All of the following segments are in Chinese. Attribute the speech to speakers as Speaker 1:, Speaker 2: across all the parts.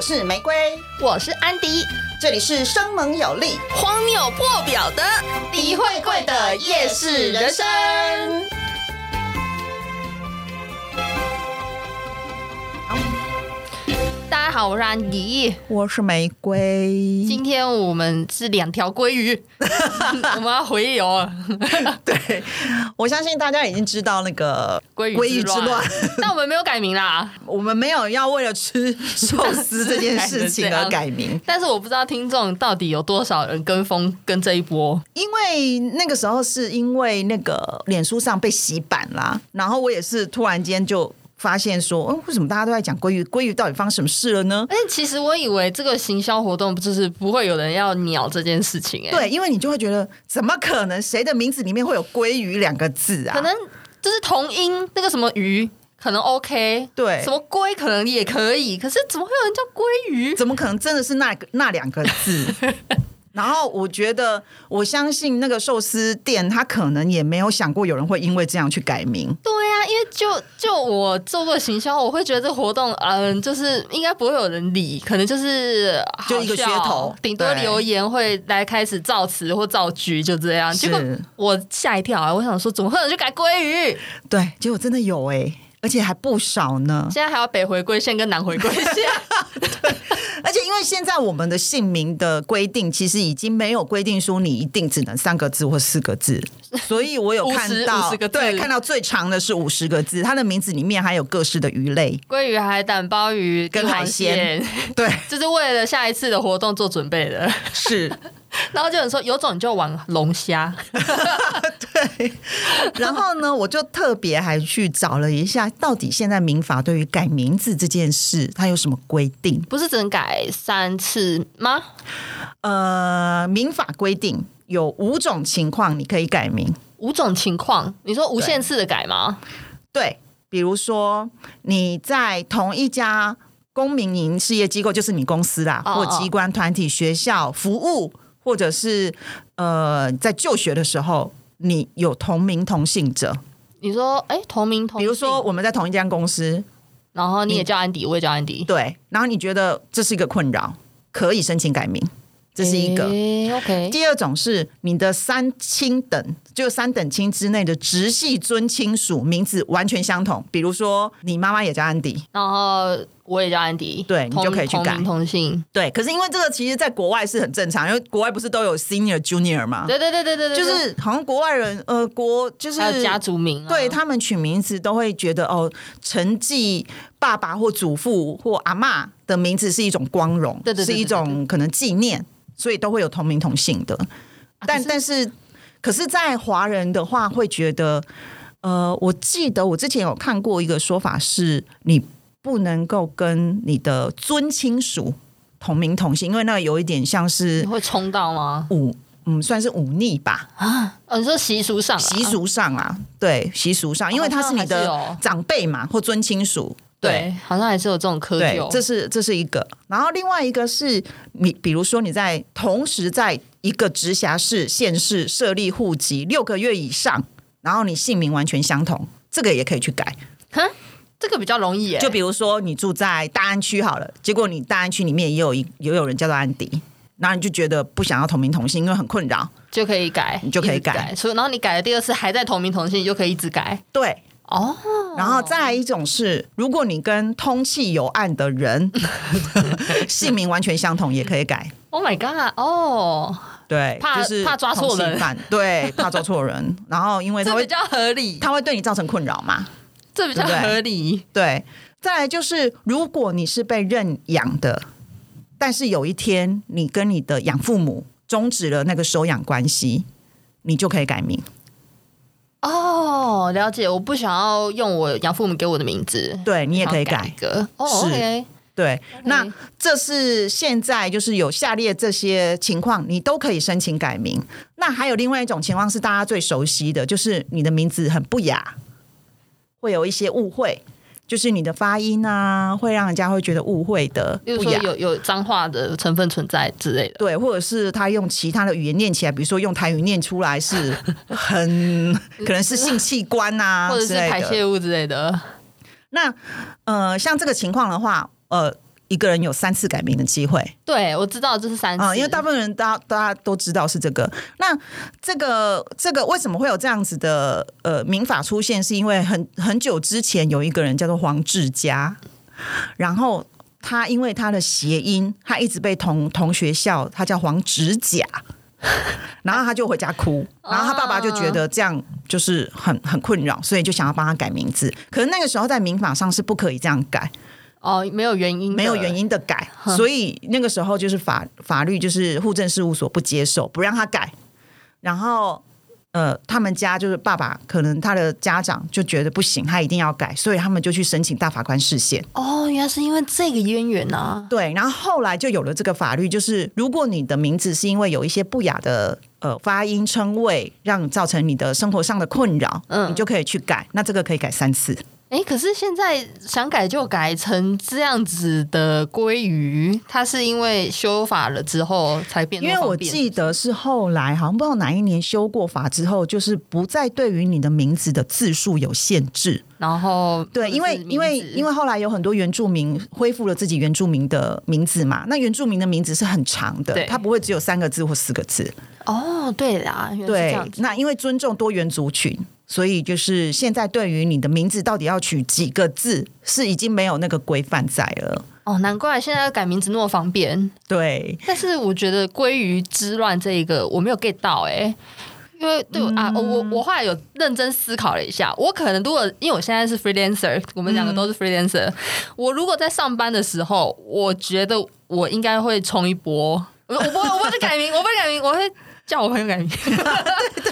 Speaker 1: 是玫瑰，
Speaker 2: 我是安迪，
Speaker 1: 这里是生猛有力、
Speaker 2: 荒谬破表的李慧慧的夜市人生。大家好，我是安迪。
Speaker 1: 我是玫瑰，
Speaker 2: 今天我们是两条 鲑鱼，我们要回游了。
Speaker 1: 对，我相信大家已经知道那个
Speaker 2: 鲑鱼之乱，但我们没有改名啦。
Speaker 1: 我们没有要为了吃寿司这件事情而改名，
Speaker 2: 但是我不知道听众到底有多少人跟风跟这一波。
Speaker 1: 因为那个时候是因为那个脸书上被洗版啦，然后我也是突然间就发现说，嗯，为什么大家都在讲鲑鱼？鲑鱼到底发生什么事了呢？
Speaker 2: 而且其实我以为这个行销活动就是不会有人要鸟这件事情、欸，哎，
Speaker 1: 对，因为你就会觉得，怎么可能谁的名字里面会有“鲑鱼”两个字啊？
Speaker 2: 可能就是同音那个什么鱼可能 OK，
Speaker 1: 对
Speaker 2: 什么龟可能也可以，可是怎么会有人叫鲑鱼？
Speaker 1: 怎么可能真的是那个那两个字？ 然后我觉得，我相信那个寿司店，他可能也没有想过有人会因为这样去改名。
Speaker 2: 对啊，因为就就我做过行销，我会觉得这活动，嗯，就是应该不会有人理，可能就是
Speaker 1: 就一个
Speaker 2: 好笑
Speaker 1: 噱头
Speaker 2: 顶多
Speaker 1: 对
Speaker 2: 留言会来开始造词或造句，就这样。
Speaker 1: 是
Speaker 2: 结果我吓一跳啊！我想说，怎么会有人去改鲑鱼？
Speaker 1: 对，结果真的有哎、而且还不少呢。
Speaker 2: 现在还有北回归线跟南回 归线，
Speaker 1: 而且因为现在我们的姓名的规定，其实已经没有规定说你一定只能三个字或四个 字，所以我有看
Speaker 2: 50
Speaker 1: 到
Speaker 2: 50个字
Speaker 1: 对，看到最长的是五十个字，它的名字里面还有各式的鱼类，
Speaker 2: 鲑鱼、海胆、鲍鱼
Speaker 1: 跟海鲜
Speaker 2: 帝王蟹
Speaker 1: 对，
Speaker 2: 就是为了下一次的活动做准备的。
Speaker 1: 是。
Speaker 2: 然后就有人说，有种你就玩龙虾，
Speaker 1: 然后呢，我就特别还去找了一下，到底现在民法对于改名字这件事，它有什么规定？
Speaker 2: 不是只能改三次吗？
Speaker 1: 呃，民法规定有五种情况你可以改名，
Speaker 2: 五种情况，你说无限次的改吗？
Speaker 1: 对，比如说你在同一家公民营事业机构，就是你公司啦，
Speaker 2: 哦
Speaker 1: 或
Speaker 2: 哦
Speaker 1: 机关、团体、学校服务，或者是呃，在就学的时候。你有同名同姓者，
Speaker 2: 你说，哎、同名同姓，
Speaker 1: 比如说我们在同一间公司，
Speaker 2: 然后你也叫安迪，我也叫安迪，
Speaker 1: 对，然后你觉得这是一个困扰，可以申请改名，这是一个。
Speaker 2: 诶 OK，
Speaker 1: 第二种是你的三亲等，就三等亲之内的直系尊亲属名字完全相同，比如说你妈妈也叫安迪，
Speaker 2: 然后我也叫安迪，
Speaker 1: 对你
Speaker 2: 同
Speaker 1: 就可以去改
Speaker 2: 同名同姓，
Speaker 1: 对。可是因为这个其实在国外是很正常，因为国外不是都有 senior、junior 嘛，
Speaker 2: 对对对对对对，
Speaker 1: 嗯就是好像国外人呃国就是
Speaker 2: 还有家族名、啊，
Speaker 1: 对他们取名字都会觉得哦，承继爸爸或祖父或阿嬷的名字是一种光荣，
Speaker 2: 对对对对
Speaker 1: 是一种可能纪念，所以都会有同名同姓的。
Speaker 2: 啊
Speaker 1: 但、但是，可是，在华人的话，会觉得，呃，我记得我之前有看过一个说法是，你不能够跟你的尊亲属同名同姓，因为那有一点像
Speaker 2: 你
Speaker 1: 是
Speaker 2: 会冲到吗？
Speaker 1: 忤，嗯，算是忤逆吧。
Speaker 2: 哦，你说习俗上啊哦
Speaker 1: 习俗上啊，对习俗上，因为他是你
Speaker 2: 好像还是
Speaker 1: 的
Speaker 2: 有
Speaker 1: 长辈嘛，或尊亲属，
Speaker 2: 对，好像还是有这种哦窠
Speaker 1: 对，
Speaker 2: 臼，
Speaker 1: 这是这是一个。然后另外一个是你，比如说你在同时在一个直辖市、县市设立户籍六个月以上，然后你姓名完全相同，这个也可以去改。
Speaker 2: 哼这个比较容易耶、
Speaker 1: 就比如说你住在大安区好了，结果你大安区里面也有一也有人叫做安迪。然后你就觉得不想要同名同姓，因为很困扰。
Speaker 2: 就可以改，
Speaker 1: 你就可以
Speaker 2: 一直
Speaker 1: 改
Speaker 2: 改。所以，然后你改了第二次还在同名同姓，你就可以一直改。
Speaker 1: 对，
Speaker 2: 哦，
Speaker 1: 然后再来一种是，如果你跟通气有案的人 姓名完全相同，也可以改。
Speaker 2: Oh my god！哦，
Speaker 1: 对，
Speaker 2: 怕
Speaker 1: 就是
Speaker 2: 怕抓错人
Speaker 1: 同性犯，对，怕抓错人。然后因为他
Speaker 2: 这比
Speaker 1: 会，
Speaker 2: 较合理，
Speaker 1: 他会对你造成困扰嘛。
Speaker 2: 这比较
Speaker 1: 对不对
Speaker 2: 合理。
Speaker 1: 对，再来就是，如果你是被认养的，但是有一天你跟你的养父母终止了那个收养关系，你就可以改名。
Speaker 2: 哦，了解。我不想要用我养父母给我的名字，
Speaker 1: 对你也可以
Speaker 2: 想要
Speaker 1: 改
Speaker 2: 一个。哦
Speaker 1: 是
Speaker 2: ，OK，
Speaker 1: 对，那这是现在就是有下列这些情况，你都可以申请改名。那还有另外一种情况是大家最熟悉的，就是你的名字很不雅，会有一些误会，就是你的发音啊，会让人家会觉得误会的
Speaker 2: 例如
Speaker 1: 不
Speaker 2: 说
Speaker 1: 雅。
Speaker 2: 有有脏话的成分存在之类的。
Speaker 1: 对，或者是他用其他的语言念起来，比如说用台语念出来 是很可能是性器官啊，
Speaker 2: 或者是
Speaker 1: 之类的
Speaker 2: 排泄物之类的，
Speaker 1: 那呃，像这个情况的话，呃，一个人有三次改名的机会
Speaker 2: 对，我知道这是三次，
Speaker 1: 啊、因为大部分人大大家都知道是这个。那这个这个为什么会有这样子的呃民法出现？是因为很很久之前有一个人叫做黄志佳，然后他因为他的谐音，他一直被同同学笑，他叫黄指甲。 然后他就回家哭，然后他爸爸就觉得这样就是很很困扰，所以就想要帮他改名字。可是那个时候在民法上是不可以这样改，
Speaker 2: 哦没有原因，
Speaker 1: 没有原，因的改，所以那个时候就是法法律就是户政事务所不接受，不让他改。然后呃，他们家就是爸爸，可能他的家长就觉得不行，他一定要改，所以他们就去申请大法官视线。
Speaker 2: 哦原来是因为这个渊源啊，
Speaker 1: 对，然后后来就有了这个法律，就是如果你的名字是因为有一些不雅的呃发音称谓，让造成你的生活上的困扰，
Speaker 2: 嗯
Speaker 1: 你就可以去改。那这个可以改三次。
Speaker 2: 哎，可是现在想改就改成这样子的鲑鱼，它是因为修法了之后才变
Speaker 1: 因
Speaker 2: 那么
Speaker 1: 为我
Speaker 2: 方便，
Speaker 1: 记得是后来好像不知道哪一年修过法之后，就是不再对于你的名字的字数有限制。
Speaker 2: 然后
Speaker 1: 对，因为因为因
Speaker 2: 为
Speaker 1: 为后来有很多原住民恢复了自己原住民的名字嘛，那原住民的名字是很长的
Speaker 2: 对，
Speaker 1: 它不会只有三个字或四个字。
Speaker 2: 哦对啦，原来是这
Speaker 1: 对
Speaker 2: 样，子，
Speaker 1: 那因为尊重多元族群。所以就是现在，对于你的名字到底要取几个字，是已经没有那个规范在了。
Speaker 2: 哦难怪现在改名字那么方便，
Speaker 1: 对，
Speaker 2: 但是我觉得鲑鱼之乱这一个我没有 get 到哎、因为对我、啊，我我我后来有认真思考了一下，我可能如果因为我现在是 freelancer，我们两个都是 freelancer，、我如果在上班的时候，我觉得我应该会冲一波，我我不会我不会去改名，我不会改名，我会。叫我朋友改名，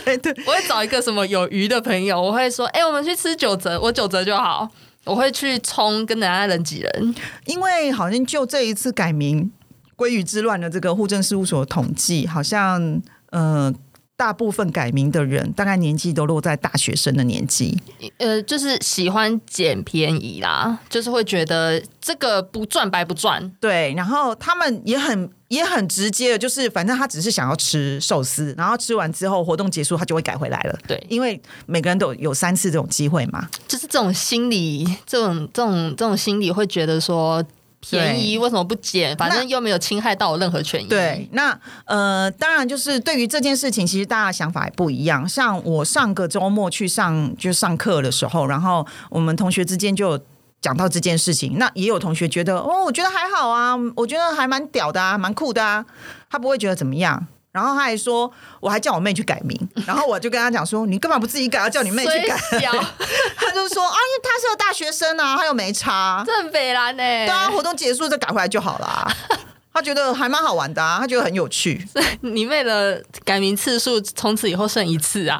Speaker 1: 对对，
Speaker 2: 我会找一个什么有鱼的朋友，我会说，哎、我们去吃九折，我九折就好，我会去冲跟人家人挤人，
Speaker 1: 因为好像就这一次改名“鲑鱼之乱”的这个户政事务所统计，好像呃，大部分改名的人大概年纪都落在大学生的年纪。
Speaker 2: 呃，就是喜欢捡便宜啦，就是会觉得这个不赚白不赚。
Speaker 1: 对，然后他们也很也很直接的，就是反正他只是想要吃寿司，然后吃完之后活动结束，他就会改回来了。
Speaker 2: 对，
Speaker 1: 因为每个人都有三次这种机会嘛。
Speaker 2: 就是这种心理，这种这种这种心理会觉得说便宜为什么不捡？反正又没有侵害到我任何权益。
Speaker 1: 对，，那呃，当然就是对于这件事情，其实大家想法也不一样。像我上个周末去上就上课的时候，然后我们同学之间就有讲到这件事情，那也有同学觉得哦，我觉得还好啊，我觉得还蛮屌的啊，蛮酷的啊，他不会觉得怎么样。然后他还说，我还叫我妹去改名，然后我就跟他讲说，你干嘛不自己改，要叫你妹去改？
Speaker 2: 虽 小，
Speaker 1: 他就说啊，因为他是个大学生啊，他又没 差，
Speaker 2: 正北兰呢、
Speaker 1: 对啊，活动结束再改回来就好啦。他觉得还蛮好玩的啊，他觉得很有趣。
Speaker 2: 你为了改名次数，从此以后剩一次啊？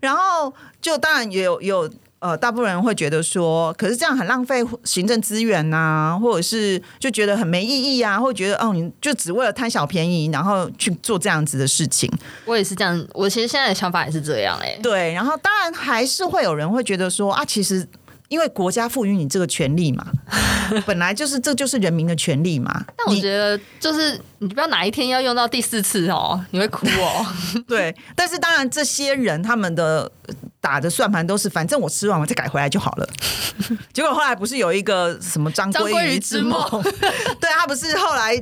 Speaker 1: 然后就当然也有也有呃，大部分人会觉得说，可是这样很浪费行政资源呐、或者是就觉得很没意义啊，或者觉得哦，你就只为了贪小便宜，然后去做这样子的事情。
Speaker 2: 我也是这样，我其实现在的想法也是这样哎、
Speaker 1: 对，然后当然还是会有人会觉得说啊，其实。因为国家赋予你这个权利嘛， 本来就是这就是人民的权利嘛。
Speaker 2: 但我
Speaker 1: 你
Speaker 2: 觉得就是你不知道哪一天要用到第四次哦，你会哭 哦。
Speaker 1: 对，但是当然，这些人他们的呃打的算盘都是，反正我吃完我再改回来就好了。 结果后来不是有一个什么张
Speaker 2: 张
Speaker 1: 鲑
Speaker 2: 鲑
Speaker 1: 鱼
Speaker 2: 鱼
Speaker 1: 之
Speaker 2: 之
Speaker 1: 梦
Speaker 2: 梦？
Speaker 1: 对他不是后来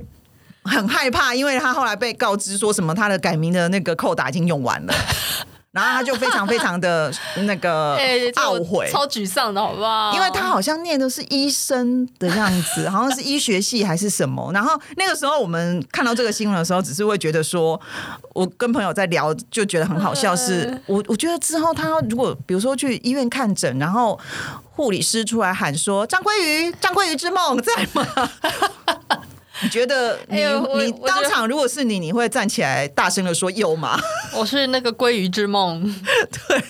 Speaker 1: 很害怕，因为他后来被告知说什么他的改名的那个扣打已经用完了。 然后他就非常非常的那个
Speaker 2: 哎、这我
Speaker 1: 懊悔，
Speaker 2: 超沮丧的好不好？
Speaker 1: 因为他好像念的是医生的样 子，好像是医学系还是什么。然后那个时候我们看到这个新闻的时候，只是会觉得说，我跟朋友在聊，就觉得很好笑是。
Speaker 2: 嗯
Speaker 1: 我我觉得之后他如果比如说去医院看诊，然后护理师出来喊说“张鲑鱼，张鲑鱼之梦在吗？” 你觉得你、
Speaker 2: 哎呦我
Speaker 1: 你
Speaker 2: 我觉
Speaker 1: 当
Speaker 2: 得
Speaker 1: 场如果是你，你会站起来大声的说有吗？
Speaker 2: 我是那个鲑鱼之 梦，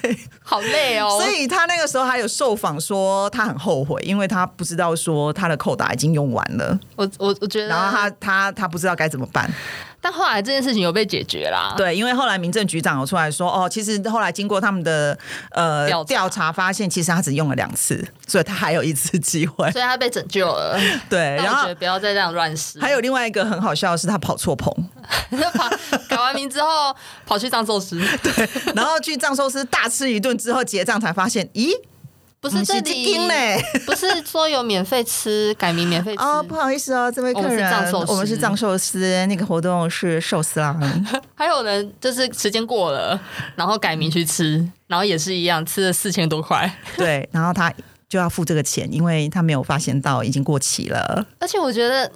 Speaker 2: 对，好累哦。
Speaker 1: 所以他那个时候还有受访说他很后悔，因为他不知道说他的扣打已经用完了。
Speaker 2: 我我我觉得，
Speaker 1: 然后他他他不知道该怎么办，
Speaker 2: 但后来这件事情有被解决啦。
Speaker 1: 对，因为后来民政局长有出来说，哦，其实后来经过他们的呃
Speaker 2: 调查
Speaker 1: 调查发现，其实他只用了两次，所以他还有一次机 会，
Speaker 2: 所以他被拯 救了。
Speaker 1: 对，然
Speaker 2: 但我觉
Speaker 1: 后
Speaker 2: 得。不嗯要再这样乱试。
Speaker 1: 还有另外一个很好笑的是，他跑错棚，
Speaker 2: 跑改完名之后 跑去当寿司，
Speaker 1: 然后去藏寿司大吃一顿之后结账才发现，咦，
Speaker 2: 不是这
Speaker 1: 是
Speaker 2: 里
Speaker 1: 金嘞
Speaker 2: 不是说有免费吃，改名免费吃。
Speaker 1: 哦，不好意思哦，这位客
Speaker 2: 我们是藏
Speaker 1: 人，
Speaker 2: 寿司
Speaker 1: 我们是藏寿司，那个活动是寿司啦。
Speaker 2: 还有人就是时间过了，然后改名去吃，然后也是一样，吃了四千多块。
Speaker 1: 对，然后他就要付这个钱，因为他没有发现到已经过期了。
Speaker 2: 而且我觉得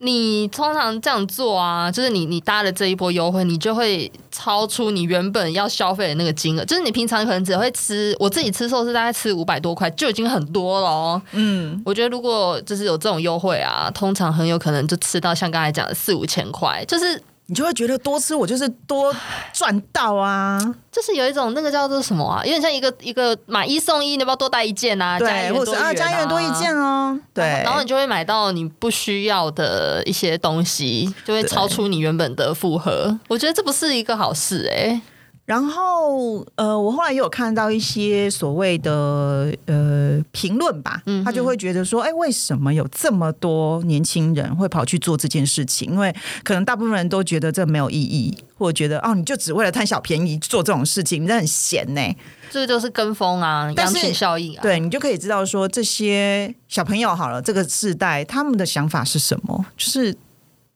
Speaker 2: 你通常这样做啊，就是你你搭了这一波优惠，你就会超出你原本要消费的那个金额。就是你平常可能只会吃，我自己吃寿司大概吃五百多块就已经很多了哦。
Speaker 1: 嗯，
Speaker 2: 我觉得如果就是有这种优惠啊，通常很有可能就吃到像刚才讲的四五千块，就是
Speaker 1: 你就会觉得多吃我就是多赚到啊，
Speaker 2: 就是有一种那个叫做什么啊，有点像一个一个买一送一，你要不要多带一件啊？加一
Speaker 1: 对，
Speaker 2: 元
Speaker 1: 或
Speaker 2: 多
Speaker 1: 者
Speaker 2: 一
Speaker 1: 是啊，加一元多一件哦，对，
Speaker 2: 然后然后你就会买到你不需要的一些东西，就会超出你原本的负荷。我觉得这不是一个好事哎、
Speaker 1: 然后呃，我后来也有看到一些所谓的呃评论吧，
Speaker 2: 嗯
Speaker 1: 他就会觉得说，哎，为什么有这么多年轻人会跑去做这件事情？因为可能大部分人都觉得这没有意义，或者觉得哦，你就只为了贪小便宜做这种事情，你这很闲呢、
Speaker 2: 这个就是跟风啊，
Speaker 1: 但
Speaker 2: 羊
Speaker 1: 是
Speaker 2: 群效应啊。
Speaker 1: 对你就可以知道说，这些小朋友好了，这个世代他们的想法是什么？就是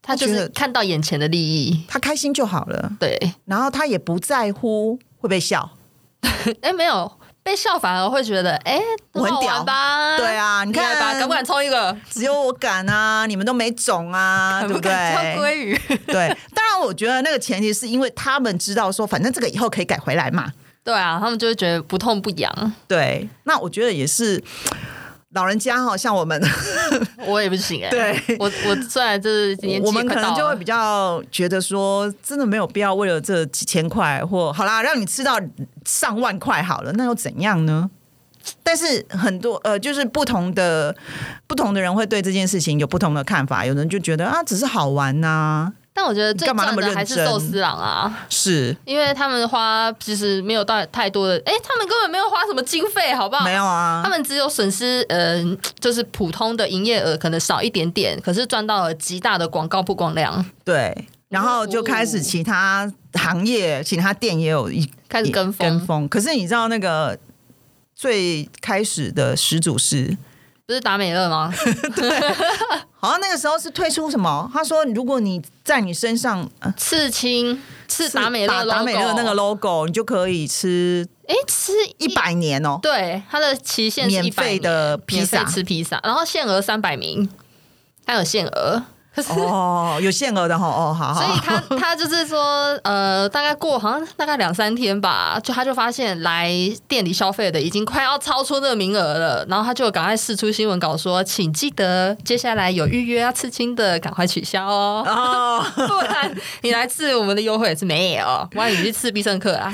Speaker 2: 他就
Speaker 1: 我觉
Speaker 2: 是
Speaker 1: 得
Speaker 2: 看到眼前的利益。
Speaker 1: 他开心就好了，
Speaker 2: 对，
Speaker 1: 然后他也不在乎会被笑。
Speaker 2: 哎，没有被笑，反而会觉得哎，
Speaker 1: 我很
Speaker 2: 好
Speaker 1: 屌
Speaker 2: 玩吧？
Speaker 1: 对啊，你
Speaker 2: 厉害
Speaker 1: 看
Speaker 2: 吧，敢不敢冲一个？
Speaker 1: 只有我敢啊，你们都没种啊， 对
Speaker 2: 敢不
Speaker 1: 不对？
Speaker 2: 敢抽鲑鱼？
Speaker 1: 对，当然我觉得那个前提是因为他们知道说，反正这个以后可以改回来嘛。
Speaker 2: 对啊，他们就会觉得不痛不痒，
Speaker 1: 对，那我觉得也是。老人家哈，像我们，
Speaker 2: 我也不行哎、
Speaker 1: 对
Speaker 2: 我我虽然就是年纪
Speaker 1: 我们
Speaker 2: 快
Speaker 1: 可能
Speaker 2: 到
Speaker 1: 就会
Speaker 2: 了
Speaker 1: 比较觉得说，真的没有必要为了这几千块或好啦，让你吃到上万块好了，那又怎样呢？但是很多呃，就是不同的不同的人会对这件事情有不同的看法，有人就觉得啊，只是好玩呐、
Speaker 2: 但我觉得最
Speaker 1: 你干嘛
Speaker 2: 赚
Speaker 1: 那么
Speaker 2: 的还
Speaker 1: 认
Speaker 2: 是
Speaker 1: 真
Speaker 2: 寿司郎啊。
Speaker 1: 是
Speaker 2: 因为他们花其实没有到太多的，哎、他们根本没有花什么经费，好不好？
Speaker 1: 没有啊
Speaker 2: 哦他？们只有损失，呃，就是普通的营业额可能少一点点，可是赚到了极大的广告曝光量，
Speaker 1: 对，然后就开
Speaker 2: 哦
Speaker 1: 始其他行业、其他店也有一
Speaker 2: 开始
Speaker 1: 也
Speaker 2: 跟风，
Speaker 1: 跟风。可是你知道那个最开始的始祖是，
Speaker 2: 不是达美 乐吗？
Speaker 1: 好像那个时候是推出什么？他说，如果你在你身上呃
Speaker 2: 刺青是达美乐
Speaker 1: 打
Speaker 2: logo，
Speaker 1: 达美乐那个 logo，你就可以吃
Speaker 2: 哎、吃
Speaker 1: 一，百年哦。
Speaker 2: 对，它的期限是
Speaker 1: 免
Speaker 2: 一百
Speaker 1: 费的披萨
Speaker 2: 免费吃披萨，然后限额三百名，它有限额，可是。
Speaker 1: 哦，有限额的哈哦，好
Speaker 2: 所以
Speaker 1: 好，
Speaker 2: 他他就是说，呃，大概过好像大概两三天吧，就他就发现来店里消费的已经快要超出那个名额了，然后他就赶快试出新闻稿说，请记得接下来有预约要刺青的，赶快取消 哦，
Speaker 1: 哦，
Speaker 2: 不然你来刺我们的优惠也是没 有，万一你去刺必胜客啊，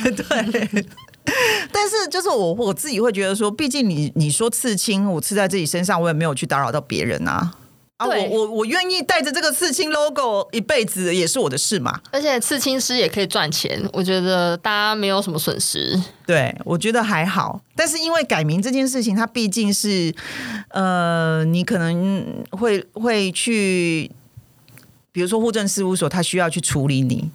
Speaker 1: 但是就是我我自己会觉得说，毕竟你你说刺青，我刺在自己身上，我也没有去打扰到别人啊。啊，我
Speaker 2: 对
Speaker 1: 我我愿意带着这个刺青 logo 一辈子也是我的事嘛。
Speaker 2: 而且刺青师也可以赚钱，我觉得大家没有什么损失，
Speaker 1: 对，我觉得还好。但是因为改名这件事情，它毕竟是呃，你可能会会去，比如说户政事务所，它需要去处理你。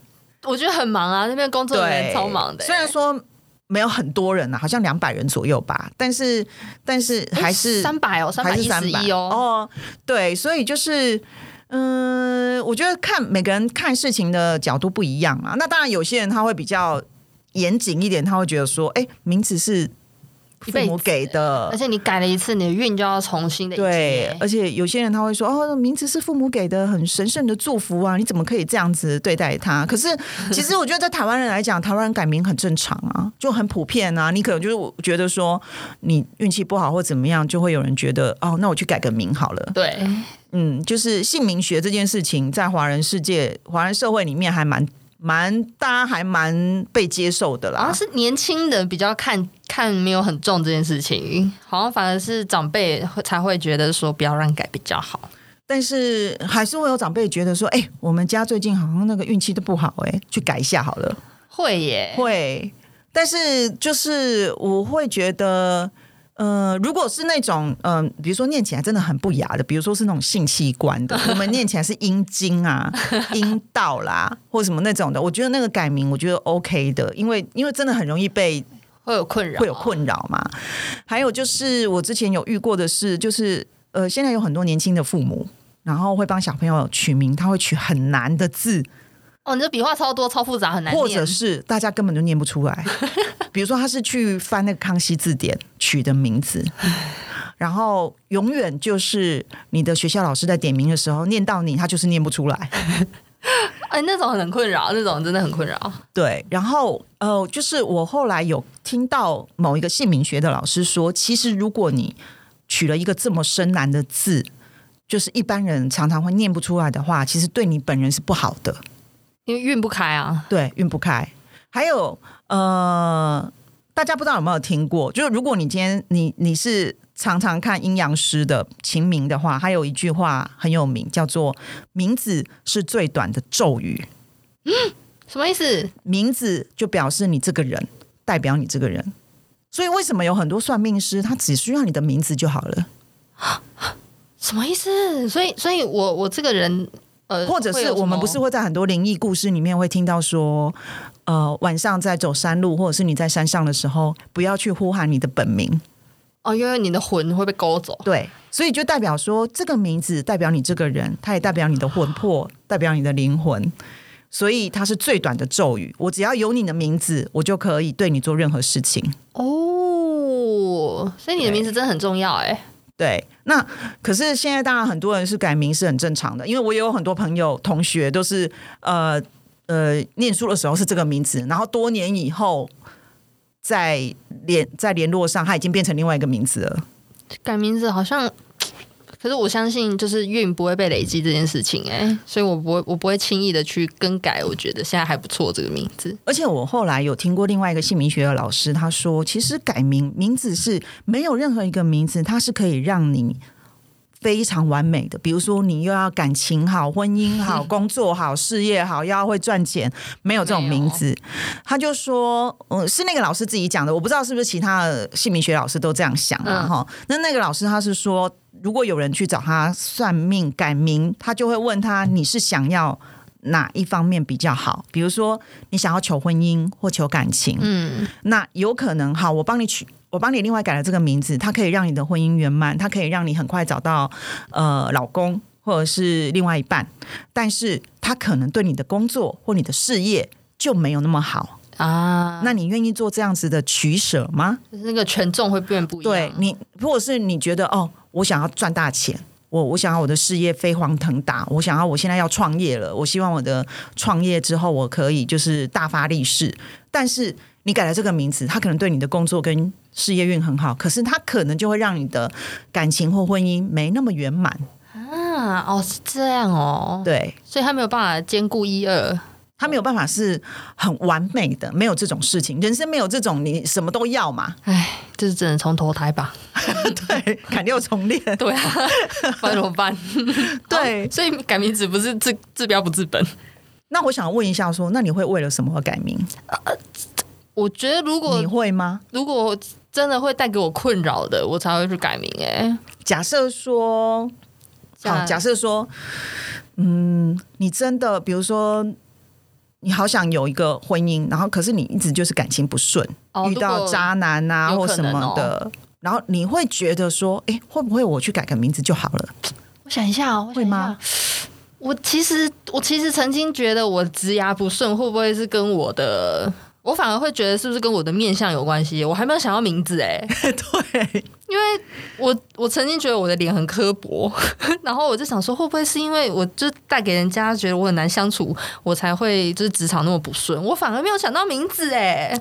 Speaker 2: 我觉得很忙啊，那边工作人员
Speaker 1: 对，
Speaker 2: 超忙的、欸
Speaker 1: 虽然说没有很多人啊，好像两百人左右吧，但是但是还是、
Speaker 2: 三百哦，三百
Speaker 1: 还
Speaker 2: 一
Speaker 1: 是
Speaker 2: 十
Speaker 1: 三
Speaker 2: 一哦，
Speaker 1: 哦，对，所以就是。嗯，我觉得看每个人看事情的角度不一样啊。那当然，有些人他会比较严谨一点，他会觉得说，哎、名字是
Speaker 2: 一
Speaker 1: 父
Speaker 2: 辈
Speaker 1: 母
Speaker 2: 子
Speaker 1: 给的
Speaker 2: 而，且你改了一次，你的运就要重新的
Speaker 1: 对。而且有些人他会说，哦，名字是父母给的，很神圣的祝福啊，你怎么可以这样子对待他？ 可是其实我觉得，在台湾人来讲，台湾人改名很正常啊，就很普遍啊。你可能就是觉得说，你运气不好或怎么样，就会有人觉得，哦，那我去改个名好了。
Speaker 2: 对，
Speaker 1: 嗯，就是姓名学这件事情，在华人世界、华人社会里面还蛮蛮大家还蛮被接受的
Speaker 2: 好
Speaker 1: 啦
Speaker 2: 像。是年轻人比较看看没有很重这件事情，好像反而是长辈会才会觉得说不要乱改比较好。
Speaker 1: 但是还是会有长辈觉得说，哎、我们家最近好像那个运气都不好、哎，去改一下好了。
Speaker 2: 会耶，
Speaker 1: 会，但是就是我会觉得。呃，如果是那种，嗯、比如说念起来真的很不雅的，比如说是那种性器官的，我们念起来是阴茎啊、阴道啦，或什么那种的，我觉得那个改名我觉得 OK 的，因为因为真的很容易被
Speaker 2: 会有困扰，
Speaker 1: 会有。困扰嘛。还有就是我之前有遇过的是，就是呃，现在有很多年轻的父母，然后会帮小朋友取名，他会取很难的字，
Speaker 2: 哦，你这笔画超多，超复杂，很难念。
Speaker 1: 或者是大家根本就念不出来。比如说，他是去翻那个康熙字典取的名 字，然后永远就是你的学校老师在点名的时候念到你，他就是念不出来。
Speaker 2: 哎，那种很困扰，那种真的很困扰。
Speaker 1: 对，然后呃，就是我后来有听到某一个姓名学的老师说，其实如果你取了一个这么深难的字，就是一般人常常会念不出来的话，其实对你本人是不好的，
Speaker 2: 因为运不开啊。
Speaker 1: 对，运不开。还有呃，大家不知道有没有听过，就是如果你今天你你是常常看阴阳师的秦明的话，还有一句话很有名，叫做“名字是最短的咒语”。
Speaker 2: 什么意思？
Speaker 1: 名字就表示你这个人，代表你这个人。所以为什么有很多算命师，他只需要你的名字就好了，
Speaker 2: 什么意思？所以，所以我我这个人，呃，
Speaker 1: 或者
Speaker 2: 会
Speaker 1: 是
Speaker 2: 有什么
Speaker 1: 我们不是会在很多灵异故事里面会听到说，呃，晚上在走山路，或者是你在山上的时候，不要去呼喊你的本名，
Speaker 2: 哦，因为你的魂会被勾走。
Speaker 1: 对，所以就代表说这个名字代表你这个人，它也代表你的魂魄，代表你的灵魂，所以它是最短的咒语。我只要有你的名字，我就可以对你做任何事情。
Speaker 2: 哦，所以你的
Speaker 1: 对
Speaker 2: 名字真的很重要哎、
Speaker 1: 对，那可是现在当然很多人是改名是很正常的，因为我也有很多朋友同学都是呃呃念书的时候是这个名字，然后多年以后在联在联络上，他已经变成另外一个名字了。
Speaker 2: 改名字好像，可是我相信就是运不会被累积这件事情哎、所以我不会我不会轻易的去更改。我觉得现在还不错这个名字，
Speaker 1: 而且我后来有听过另外一个姓名学的老师，他说其实改名名字是没有任何一个名字，它是可以让你。非常完美的，比如说你又要感情好、婚姻 好、工作好、事业好，又要会赚钱，没有这种名字。他就说，嗯，是那个老师自己讲的，我不知道是不是其他的姓名学老师都这样想啊。
Speaker 2: 嗯
Speaker 1: 哈、那那个老师他是说，如果有人去找他算命改名，他就会问他你是想要哪一方面比较好？比如说你想要求婚姻或求感情，
Speaker 2: 嗯，
Speaker 1: 那有可能好，我帮你取。我帮你另外改了这个名字，它可以让你的婚姻圆满，它可以让你很快找到呃老公或者是另外一半，但是它可能对你的工作或你的事业就没有那么好。
Speaker 2: 啊，
Speaker 1: 那你愿意做这样子的取舍吗？
Speaker 2: 就是那个权重会变不一样。
Speaker 1: 对你，或者是你觉得哦，我想要赚大钱，我我想要我的事业飞黄腾达，我想要我现在要创业了，我希望我的创业之后我可以就是大发利市。但是你改了这个名字，它可能对你的工作跟事业运很好，可是它可能就会让你的感情或婚姻没那么圆满。
Speaker 2: 啊，哦是这样哦，
Speaker 1: 对，
Speaker 2: 所以他没有办法兼顾一二。
Speaker 1: 它没有办法是很完美的，没有这种事情，人生没有这种你什么都要 嘛，
Speaker 2: 唉，就是只能从头胎吧。
Speaker 1: 对，砍掉重练。
Speaker 2: 对啊， 不然怎么 办？
Speaker 1: 对
Speaker 2: 哦所以改名字不是治治标不治本。
Speaker 1: 那我想问一下说那你会为了什么而改名？
Speaker 2: 我觉得如果
Speaker 1: 你会吗？
Speaker 2: 如果真的会带给我困扰的，我才会去改名、欸。
Speaker 1: 假设说，
Speaker 2: 假
Speaker 1: 好，假设说，嗯，你真的，比如说，你好想有一个婚姻，然后可是你一直就是感情不顺，
Speaker 2: 哦
Speaker 1: 遇
Speaker 2: 如
Speaker 1: 到
Speaker 2: 果
Speaker 1: 渣男啊
Speaker 2: 有
Speaker 1: 或
Speaker 2: 可
Speaker 1: 什
Speaker 2: 能哦
Speaker 1: 么的，然后你会觉得说，哎、会不会我去改个名字就好了？
Speaker 2: 我想一下、哦，我想
Speaker 1: 会
Speaker 2: 一下
Speaker 1: 吗？
Speaker 2: 我其实我其实曾经觉得我职涯不顺，会不会是跟我的？我反而会觉得是不是跟我的面相有关系？我还没有想到名字哎、
Speaker 1: 对，
Speaker 2: 因为我我曾经觉得我的脸很刻薄， 然后我就想说，会不会是因为我就带给人家觉得我很难相处，我才会就是职场那么不顺？我反而没有想到名字哎、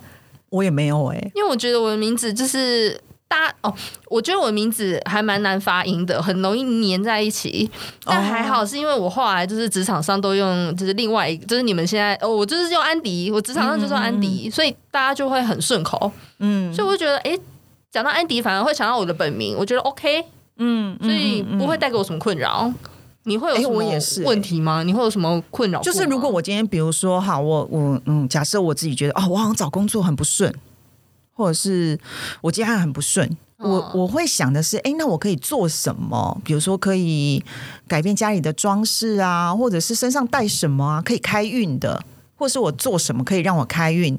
Speaker 1: 我也没有哎、
Speaker 2: 因为我觉得我的名字就是大家哦，我觉得我的名字还蛮难发音的，很容易粘在一起。但还好是因为我后来就是职场上都用，就是另外一个，就是你们现在哦，我就是用安迪，我职场上就用安迪，所以大家就会很顺口。
Speaker 1: 嗯
Speaker 2: 所以我就觉得，诶，讲到安迪，反而会想到我的本名，我觉得 OK，
Speaker 1: 嗯，
Speaker 2: 所以不会带给我什么困扰。你会有
Speaker 1: 诶
Speaker 2: 什么
Speaker 1: 我也是
Speaker 2: 问题吗？你会有什么困扰过
Speaker 1: 就
Speaker 2: 吗？
Speaker 1: 是如果我今天比如说，好，我我嗯，假设我自己觉得哦，我好像找工作很不顺，或者是我接案很不顺，我
Speaker 2: 嗯
Speaker 1: 我会想的是，哎、那我可以做什么？比如说可以改变家里的装饰啊，或者是身上带什么啊，可以开运的，或是我做什么可以让我开运。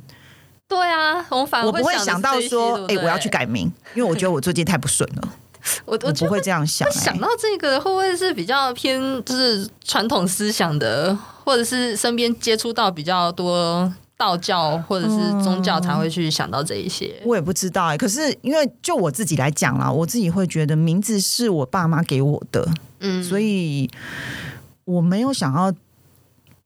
Speaker 2: 对啊，我们反而
Speaker 1: 我不会
Speaker 2: 想
Speaker 1: 想
Speaker 2: 着
Speaker 1: 到
Speaker 2: 这一些
Speaker 1: 说，
Speaker 2: 对不
Speaker 1: 哎、我要
Speaker 2: 对
Speaker 1: 去改名，因为我觉得我最近太不顺了，
Speaker 2: 我
Speaker 1: 我不
Speaker 2: 我就
Speaker 1: 会这样想、
Speaker 2: 会
Speaker 1: 哎
Speaker 2: 想到这个，会不会是比较偏就是传统思想的，或者是身边接触到比较多道教或者是宗教才会去想到这一些？
Speaker 1: 我也不知道哎、可是因为就我自己来讲啦，我自己会觉得名字是我爸妈给我的，
Speaker 2: 嗯，
Speaker 1: 所以我没有想要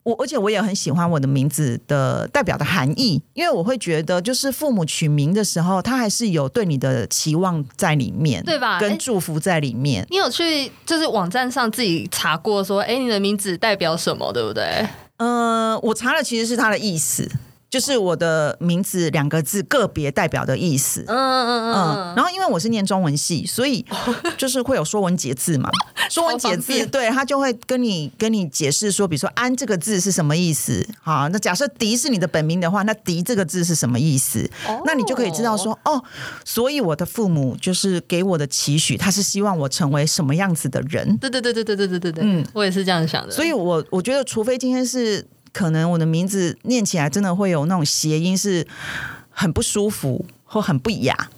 Speaker 1: 我，而且我也很喜欢我的名字的代表的含义，因为我会觉得，就是父母取名的时候，他还是有对你的期望在里面，
Speaker 2: 对吧哎
Speaker 1: 跟祝福在里面。
Speaker 2: 你有去就是网站上自己查过说，哎、你的名字代表什么，对不对？
Speaker 1: 呃，我查了，其实是它的意思，就是我的名字两个字个别代表的意思。
Speaker 2: 嗯嗯
Speaker 1: 嗯，然后因为我是念中文系，所 以就是会有说文解字嘛。说文解
Speaker 2: 超方
Speaker 1: 字，
Speaker 2: 便
Speaker 1: 对他就会跟你跟你解释说，比如说“安”这个字是什么意思。好，那假设“迪”是你的本名的话，那“迪”这个字是什么意思？
Speaker 2: 哦
Speaker 1: 那你就可以知道说，哦，所以我的父母就是给我的期许，他是希望我成为什么样子的人。
Speaker 2: 对对对对对对对对对，
Speaker 1: 嗯
Speaker 2: 我也是这样想的。
Speaker 1: 所以我我觉得，除非今天是可能我的名字念起来真的会有那种谐音，是很不舒服或很不雅，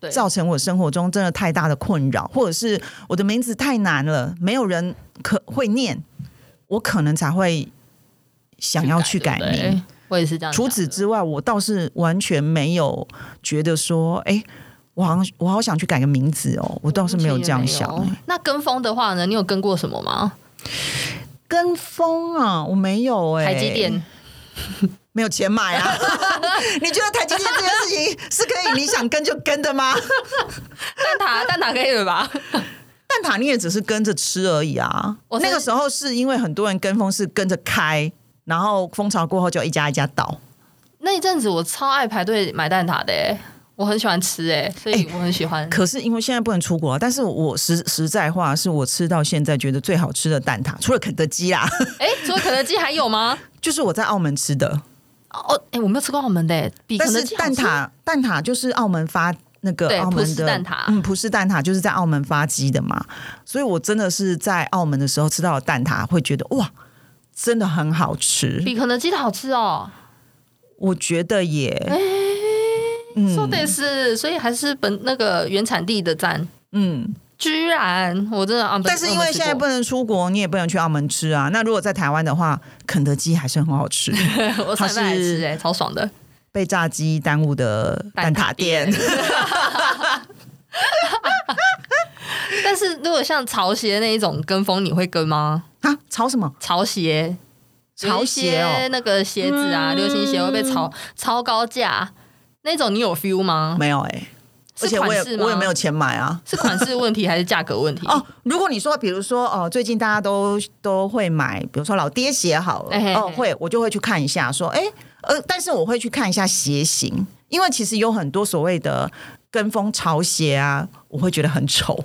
Speaker 2: 对
Speaker 1: 造成我生活中真的太大的困扰，或者是我的名字太难了，没有人可会念，我可能才会想要去改
Speaker 2: 对不对
Speaker 1: 名。
Speaker 2: 我也是这样想
Speaker 1: 除
Speaker 2: 的。
Speaker 1: 此之外，我倒是完全没有觉得说，哎、我好像我好想去改个名字哦，我倒是没有这样想、哎
Speaker 2: 目前也没有那跟风的话呢，你有跟过什么吗？
Speaker 1: 跟风啊，我没有哎、
Speaker 2: 台积 电，
Speaker 1: 没有钱买啊？ 你觉得台积电这件事情是可以你想跟就跟的吗？
Speaker 2: 蛋挞，蛋挞可以了吧？
Speaker 1: 蛋挞你也只是跟着吃而已啊。
Speaker 2: 我是
Speaker 1: 那个时候是因为很多人跟风是跟着开，然后风潮过后就一家一家倒。
Speaker 2: 嗯那一阵子我超爱排队买蛋挞的、欸，我很喜欢吃、欸，所以我很喜欢。
Speaker 1: 可是因为现在不能出国啊，但是我实实在话是我吃到现在觉得最好吃的蛋挞，除了肯德基啦，
Speaker 2: 哎、除了肯德基还有吗？
Speaker 1: 就是我在澳门吃的。
Speaker 2: 哦，哎、我没有吃过澳门的、欸，比
Speaker 1: 但
Speaker 2: 肯德
Speaker 1: 是
Speaker 2: 基好
Speaker 1: 蛋
Speaker 2: 吃
Speaker 1: 挞蛋挞就是澳门发那个
Speaker 2: 对
Speaker 1: 澳
Speaker 2: 葡
Speaker 1: 门
Speaker 2: 式
Speaker 1: 的
Speaker 2: 蛋挞
Speaker 1: 嗯，葡式蛋挞就是在澳门发迹的嘛，所以我真的是在澳门的时候吃到的蛋挞，会觉得哇，真的很好吃，
Speaker 2: 比肯德基的好吃哦。
Speaker 1: 我觉得也。
Speaker 2: 说
Speaker 1: 嗯
Speaker 2: 的是，所以还是本那个原产地的赞。
Speaker 1: 嗯，
Speaker 2: 居然，我真的啊！
Speaker 1: 但是因为现在不
Speaker 2: 能
Speaker 1: 能出国，你也不能去澳门吃啊。那如果在台湾的话，肯德基还是很好 吃，，
Speaker 2: 我上礼拜来
Speaker 1: 它是
Speaker 2: 吃哎、超爽的。
Speaker 1: 被炸鸡耽误的蛋挞店。
Speaker 2: 但是如果像潮鞋那一种跟风，你会跟吗？
Speaker 1: 啊，炒什么？
Speaker 2: 潮鞋，
Speaker 1: 潮鞋
Speaker 2: 有一些
Speaker 1: 哦，
Speaker 2: 那个鞋子啊，流行鞋会被炒超高价，那种你有 feel 吗？
Speaker 1: 没有哎、而
Speaker 2: 是
Speaker 1: 且我也
Speaker 2: 款式吗嗯
Speaker 1: 我也没有钱买啊。
Speaker 2: 是款式问题还是价格问题？
Speaker 1: 哦，如果你说，比如说，哦，最近大家都都会买，比如说老爹鞋好了，
Speaker 2: 哎嘿
Speaker 1: 哦
Speaker 2: 嘿，
Speaker 1: 会，我就会去看一下，说，哎，呃，但是我会去看一下鞋型，因为其实有很多所谓的跟风潮鞋啊，我会觉得很丑，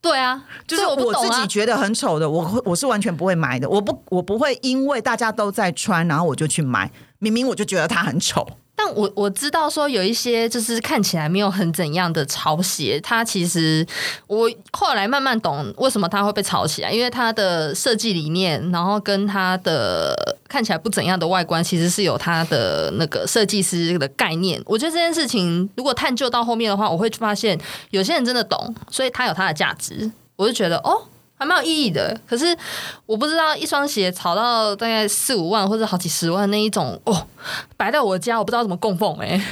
Speaker 2: 对啊，
Speaker 1: 就是
Speaker 2: 这我不
Speaker 1: 我
Speaker 2: 懂
Speaker 1: 自
Speaker 2: 啊
Speaker 1: 己。觉得很丑的，我会我是完全不会买的，我不我不会因为大家都在穿，然后我就去买，明明我就觉得它很丑，
Speaker 2: 但我我知道说有一些就是看起来没有很怎样的潮鞋，它其实我后来慢慢懂为什么它会被炒起来，因为它的设计理念，然后跟它的看起来不怎样的外观，其实是有它的那个设计师的概念。我觉得这件事情如果探究到后面的话，我会发现有些人真的懂，所以它有它的价值。我就觉得哦。还蛮有意义的，可是我不知道一双鞋炒到大概四五万或者好几十万那一种哦，摆在我家，我不知道怎么供奉哎、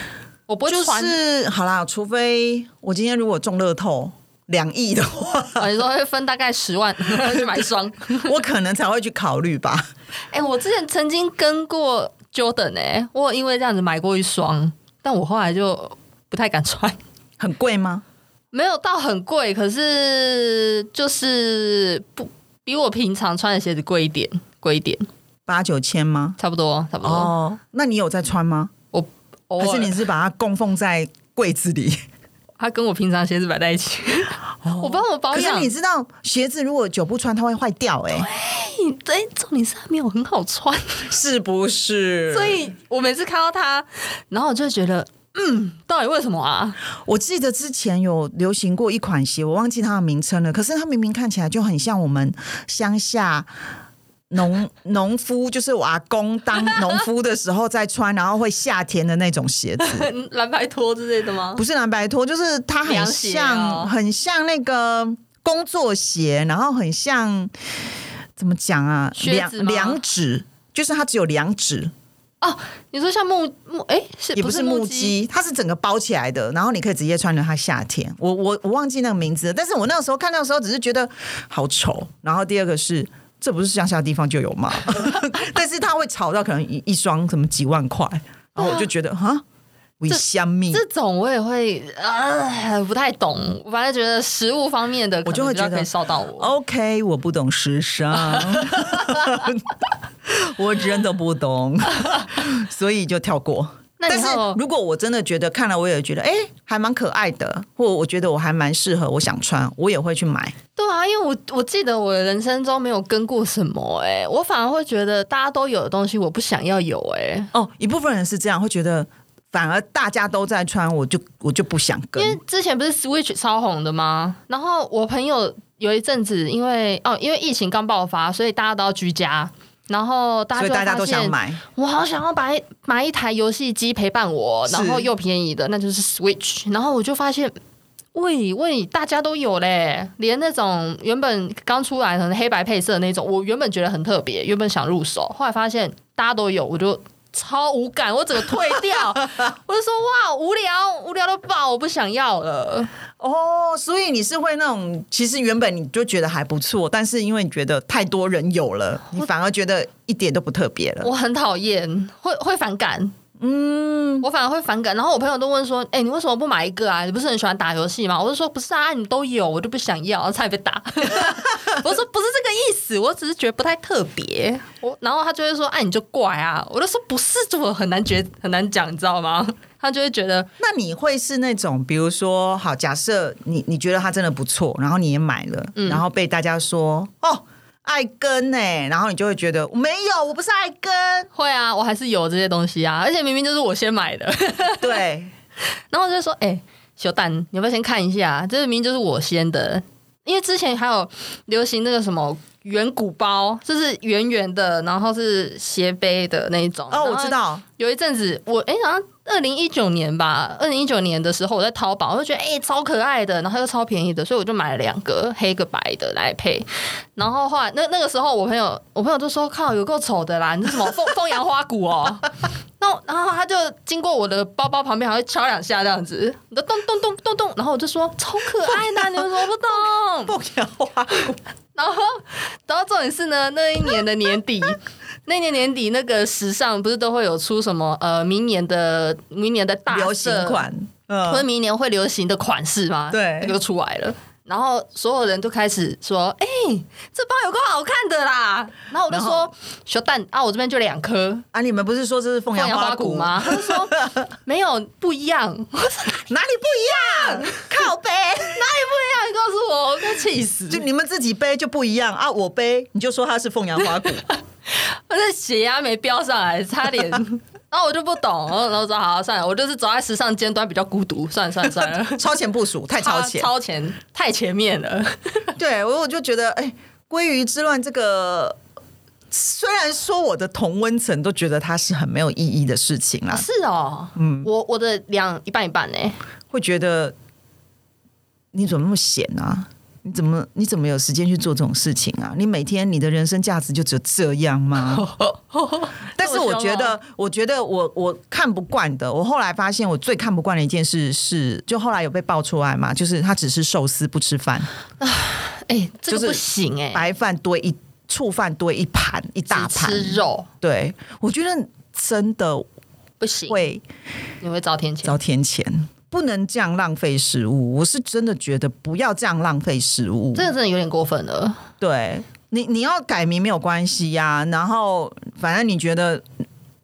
Speaker 2: 我不会
Speaker 1: 就
Speaker 2: 穿，
Speaker 1: 是好啦，除非我今天如果中乐透两亿的话，
Speaker 2: 啊你说会分大概十万 去买一双。
Speaker 1: 我可能才会去考虑吧。
Speaker 2: 哎、我之前曾经跟过 Jordan 哎、我有因为这样子买过一双，但我后来就不太敢穿，
Speaker 1: 很贵吗？
Speaker 2: 没有到很贵，可是就是不比我平常穿的鞋子贵一点，贵一点，
Speaker 1: 八九千吗？
Speaker 2: 差不多，差不多。
Speaker 1: 哦，那你有在穿吗？
Speaker 2: 我偶
Speaker 1: 还是
Speaker 2: 尔
Speaker 1: 你是把它供奉在柜子里？
Speaker 2: 它跟我平常鞋子摆在一起，我不知道我保
Speaker 1: 哦可是
Speaker 2: 养。
Speaker 1: 你知道，鞋子如果久不穿，它会坏掉、哎，
Speaker 2: 你哎，重点是它没有很好穿。
Speaker 1: 是不是？
Speaker 2: 所以我每次看到他，然后我就会觉得，嗯，到底为什么啊？
Speaker 1: 我记得之前有流行过一款鞋，我忘记它的名称了。可是它明明看起来就很像我们乡下农农夫，就是我阿公当 农夫的时候在穿，然后会下田的那种鞋 子，
Speaker 2: 蓝白拖之类的吗？
Speaker 1: 不是蓝白拖，就是它很
Speaker 2: 凉鞋
Speaker 1: 像，
Speaker 2: 哦
Speaker 1: 很像那个工作鞋，然后很像怎么讲啊？
Speaker 2: 靴
Speaker 1: 两
Speaker 2: 子吗
Speaker 1: 两指，就是它只有两指，
Speaker 2: 哦，你说像木木哎、是
Speaker 1: 也不
Speaker 2: 是
Speaker 1: 是木
Speaker 2: 屐？
Speaker 1: 屐，它是整个包起来的，然后你可以直接穿着它夏天。我我我忘记那个名字了，但是我那个时候看到的时候只是觉得好丑。然后第二个是，这不是乡下地方就有吗？ 但是它会炒到可能一一双什么几万块，然后我就觉得哈，为虾米？
Speaker 2: 这种我也会呃不太懂，我反正觉得食物方面的，
Speaker 1: 我就会觉得哦
Speaker 2: 可以烧到我。
Speaker 1: OK，我不懂时尚， 我真的不懂， 所以就跳过。
Speaker 2: 那你
Speaker 1: 但是
Speaker 2: 还有
Speaker 1: 如果我真的觉得看了，我也觉得哎、诶还蛮可爱的，或我觉得我还蛮适合，我想穿，我也会去买。
Speaker 2: 对啊，因为我我记得我的人生中没有跟过什么哎、我反而会觉得大家都有的东西我不想要有哎、
Speaker 1: 哦，一部分人是这样，会觉得反而大家都在穿，我就我就不想
Speaker 2: 因为
Speaker 1: 跟。
Speaker 2: 之前不是 Switch 超红的吗？然后我朋友有一阵子因为哦，因为疫情刚爆发，所以大家都要居家，然后大家
Speaker 1: 所以
Speaker 2: 就会
Speaker 1: 大家
Speaker 2: 发
Speaker 1: 都想
Speaker 2: 现
Speaker 1: 买，
Speaker 2: 我好想要买买一台游戏机陪伴我，
Speaker 1: 是
Speaker 2: 然后又便宜的，那就是 Switch。然后我就发现，喂喂，大家都有嘞，连那种原本刚出来可能黑白配色的那种，我原本觉得很特别，原本想入手，后来发现大家都有，我就。超无感，我整个退掉，我就说哇无聊，无聊到爆，我不想要了。
Speaker 1: 哦，所以你是会那种，其实原本你就觉得还不错，但是因为你觉得太多人有了，你反而觉得一点都不特别了。
Speaker 2: 我很讨厌，会会反感。嗯，我反而会反感。然后我朋友都问说：“哎、你为什么不买一个啊？你不是很喜欢打游戏吗？”我就说：“不是啊，你都有，我就不想要。”然后差点被打。 我说：“不是这个意思，我只是觉得不太特别。”我然后他就会说：“哎、你就怪啊！”我就说：“不是，这我很难觉很难讲，你知道吗？”他就会觉得
Speaker 1: 那你会是那种，比如说，好，假设你你觉得它真的不错，然后你也买了，
Speaker 2: 嗯
Speaker 1: 然后被大家说哦爱跟呢、然后你就会觉得没有，我不是爱跟，
Speaker 2: 会啊，我还是有这些东西啊，而且明明就是我先买的。
Speaker 1: 对，
Speaker 2: 然后我就说：“哎、小蛋，你要不要先看一下？啊这明明就是我先的，因为之前还有流行那个什么圆鼓包，就是圆圆的，然后是斜背的那一种。
Speaker 1: 哦，我知。道，
Speaker 2: 有一阵子我哎、好像二零一九年吧，二零一九年的时候我在淘宝，我就觉得哎、超可爱的，然后又超便宜的，所以我就买了两个黑个白的来配。然后后来那那个时候我朋友我朋友就说靠有够丑的啦，你是什么凤凤阳花鼓哦。那我然后他就经过我的包包旁边，还会敲两下这样子，咚咚咚咚咚，然后我就说超可爱的啊，你们怎么不懂？
Speaker 1: 凤阳花鼓，
Speaker 2: 然后，然后重点是呢，那一年的年 底，那一年年底那个时尚不是都会有出什么呃，明年的明年的大
Speaker 1: 流行
Speaker 2: 色，
Speaker 1: 款，
Speaker 2: 或者
Speaker 1: 嗯，
Speaker 2: 明年会流行的款式吗？
Speaker 1: 对
Speaker 2: 那个就出来了。然后所有人都开始说：“哎、这包有够好看的啦！”然后我就
Speaker 1: 然
Speaker 2: 说：“小蛋啊，我这边就两颗
Speaker 1: 啊，你们不是说这是凤
Speaker 2: 凤
Speaker 1: 阳
Speaker 2: 阳花
Speaker 1: 鼓
Speaker 2: 鼓？吗？”他就说：“ 没有，不一样。”我说
Speaker 1: 哪里不一样？靠 背，：“
Speaker 2: 哪里不一样？你告诉我，我快气死！”
Speaker 1: 就你们自己背就不一样啊，我背你就说它是凤阳花鼓，
Speaker 2: 我的血压没飙上来，差 点。然后我就不懂，然后然后我说好、算了，我就是走在时尚尖端比较孤独，算了算了算了，
Speaker 1: 超前部署，太超前，
Speaker 2: 超前太前面了。
Speaker 1: 对我我就觉得，哎、鲑鱼之乱这个，虽然说我的同温层都觉得它是很没有意义的事情啊啦，
Speaker 2: 是哦，嗯，我我的两一半一半呢、欸
Speaker 1: 会觉得你怎么那么闲啊？你怎么你怎么有时间去做这种事情啊？你每天你的人生价值就只有这样 吗？但是我觉得，
Speaker 2: 啊
Speaker 1: 我觉得我我看不惯的，我后来发现我最看不惯的一件事是，就后来有被爆出来嘛，就是他只是寿司不吃饭，
Speaker 2: 哎、这
Speaker 1: 就是
Speaker 2: 个不行哎、
Speaker 1: 白饭堆一醋饭堆一盘一大
Speaker 2: 只
Speaker 1: 盘，
Speaker 2: 吃肉
Speaker 1: 对，我觉得真的
Speaker 2: 不行，
Speaker 1: 会
Speaker 2: 你会遭天谴。
Speaker 1: 遭天谴，不能这样浪费食物。我是真的觉得不要这样浪费食物
Speaker 2: 这。个真的有点过分了，
Speaker 1: 对你，你要改名没有关系呀、然后反正你觉得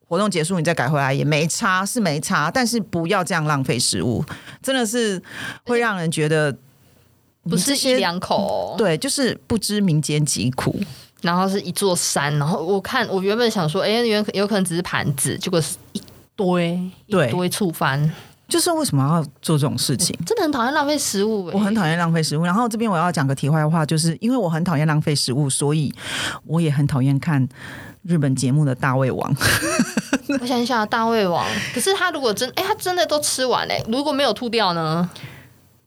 Speaker 1: 活动结束你再改回来也没差，是没差，但是不要这样浪费食物，真的是会让人觉得
Speaker 2: 不
Speaker 1: 你这
Speaker 2: 是一
Speaker 1: 些
Speaker 2: 两口哦、
Speaker 1: 对，就是不知民间疾苦。
Speaker 2: 然后是一座山，然后我看我原本想说，哎、原有可能只是盘子，结果是一堆一
Speaker 1: 对
Speaker 2: 堆醋饭，
Speaker 1: 就是为什么要做这种事情？
Speaker 2: 真的很讨厌浪费食物、欸。
Speaker 1: 我很讨厌浪费食物。然后这边我要讲个题外话，就是因为我很讨厌浪费食物，所以我也很讨厌看日本节目的大胃王。
Speaker 2: 我想一下，大胃王，可是他如果真哎、他真的都吃完哎、如果没有吐掉呢？